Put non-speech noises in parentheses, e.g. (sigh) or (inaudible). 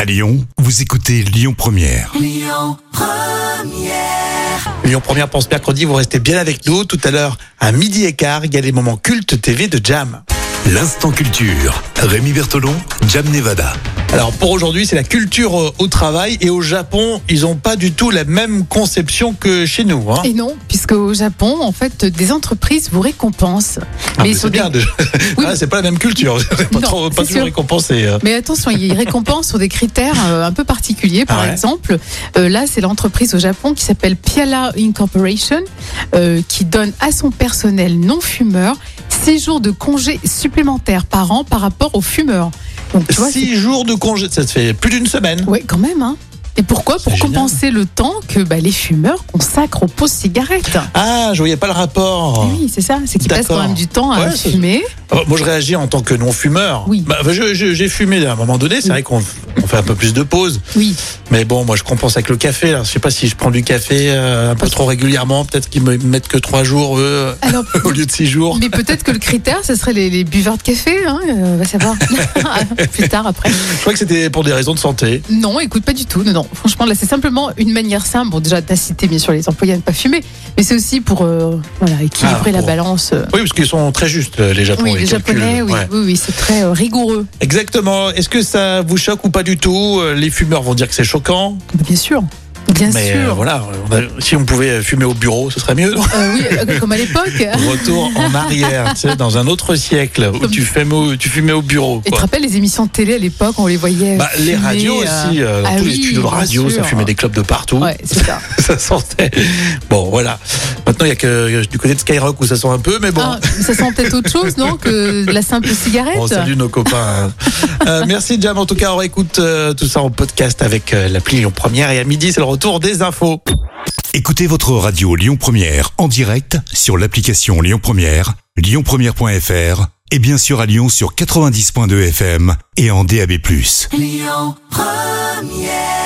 À Lyon, vous écoutez Lyon Première. Lyon Première pense mercredi, vous restez bien avec nous. Tout à l'heure, à midi et quart, il y a les moments cultes TV de Jam. L'instant culture. Rémi Bertolon, Jam Nevada. Alors pour aujourd'hui, c'est la culture euh, au travail et au Japon, ils n'ont pas du tout la même conception que chez nous. Hein. Et non, puisque au Japon, en fait, des entreprises vous récompensent. Ah, mais ils sont c'est bien des- déjà. Oui, Ah, c'est pas la même culture. (laughs) C'est pas, Non, trop- pas c'est toujours sûr. récompensé. euh. Mais attention, ils récompensent sur des critères euh, un peu particuliers. Par Ah ouais exemple, euh, là, c'est l'entreprise au Japon qui s'appelle Piala Incorporation, euh, qui donne à son personnel non fumeur six jours de congés supplémentaires par an par rapport aux fumeurs. Donc, tu vois, c'est- Six jours de congé, ça se fait plus d'une semaine. ouais, quand même, hein. Et pourquoi Pour C'est génial. compenser le temps que bah, les fumeurs consacrent aux pauses cigarettes. Ah, je voyais pas le rapport. Oui, c'est ça, c'est qu'ils passent Oh. D'accord. quand même du temps à Ouais, c'est- fumer. Alors, moi, je réagis en tant que non-fumeur. Oui. Bah, je- je- J'ai fumé à un moment donné. C'est vrai qu'on on fait un peu plus de pauses. Oui. Mais bon, moi je compense avec le café. Là. Je sais pas si je prends du café euh, un peu trop régulièrement. Peut-être qu'ils me mettent que trois jours eux, (laughs) Alors, (laughs) au lieu de six jours. Mais peut-être que le critère, ce serait les, les buveurs de café, hein, euh, on (laughs) va savoir. Plus tard, après. Je crois que c'était pour des raisons de santé. Non, écoute, pas du tout. Non, non. Franchement, là, c'est simplement une manière simple. Bon, déjà, t'as cité, bien sûr, les employés à ne pas fumer, mais c'est aussi pour euh, voilà, équilibrer Ah, la pour- balance. euh. Oui, parce qu'ils sont très justes euh, les Japonais. oui, les ils calculent. Japonais, oui, Ouais. oui, oui, c'est très euh, rigoureux, Exactement. Est-ce que ça vous choque ou pas du tout Euh, Les fumeurs vont dire que c'est choquant. bien sûr. Bien mais euh, sûr. voilà, on a- si on pouvait euh, fumer au bureau, ce serait (laughs) mieux. Euh, oui, euh, comme (laughs) à l'époque. Retour en arrière, tu sais, dans un autre siècle où Comme- tu fumais, au- tu fumais au bureau. Et tu te quoi. rappelles les émissions de télé à l'époque, on les voyait. Bah, les fumer, radios euh, aussi, euh, dans ah tous les oui, studios de bien radio, ça sûr. fumait des clubs de partout. Ouais, c'est ça. ça sentait. Bon, voilà. Maintenant, il y a que euh, du côté de Skyrock où ça sent un peu, mais (laughs) bon. Ah, ça sent peut-être autre chose, non, que de la simple cigarette. On salue nos copains. Euh, merci Jam. En tout cas, on réécoute euh, tout ça en podcast avec euh, l'appli Lyon Première. Et à midi, c'est le retour des infos. Écoutez votre radio Lyon Première en direct sur l'application Lyon Première, lyonpremière.fr et bien sûr à Lyon sur 90.2 FM et en DAB+. Lyon Première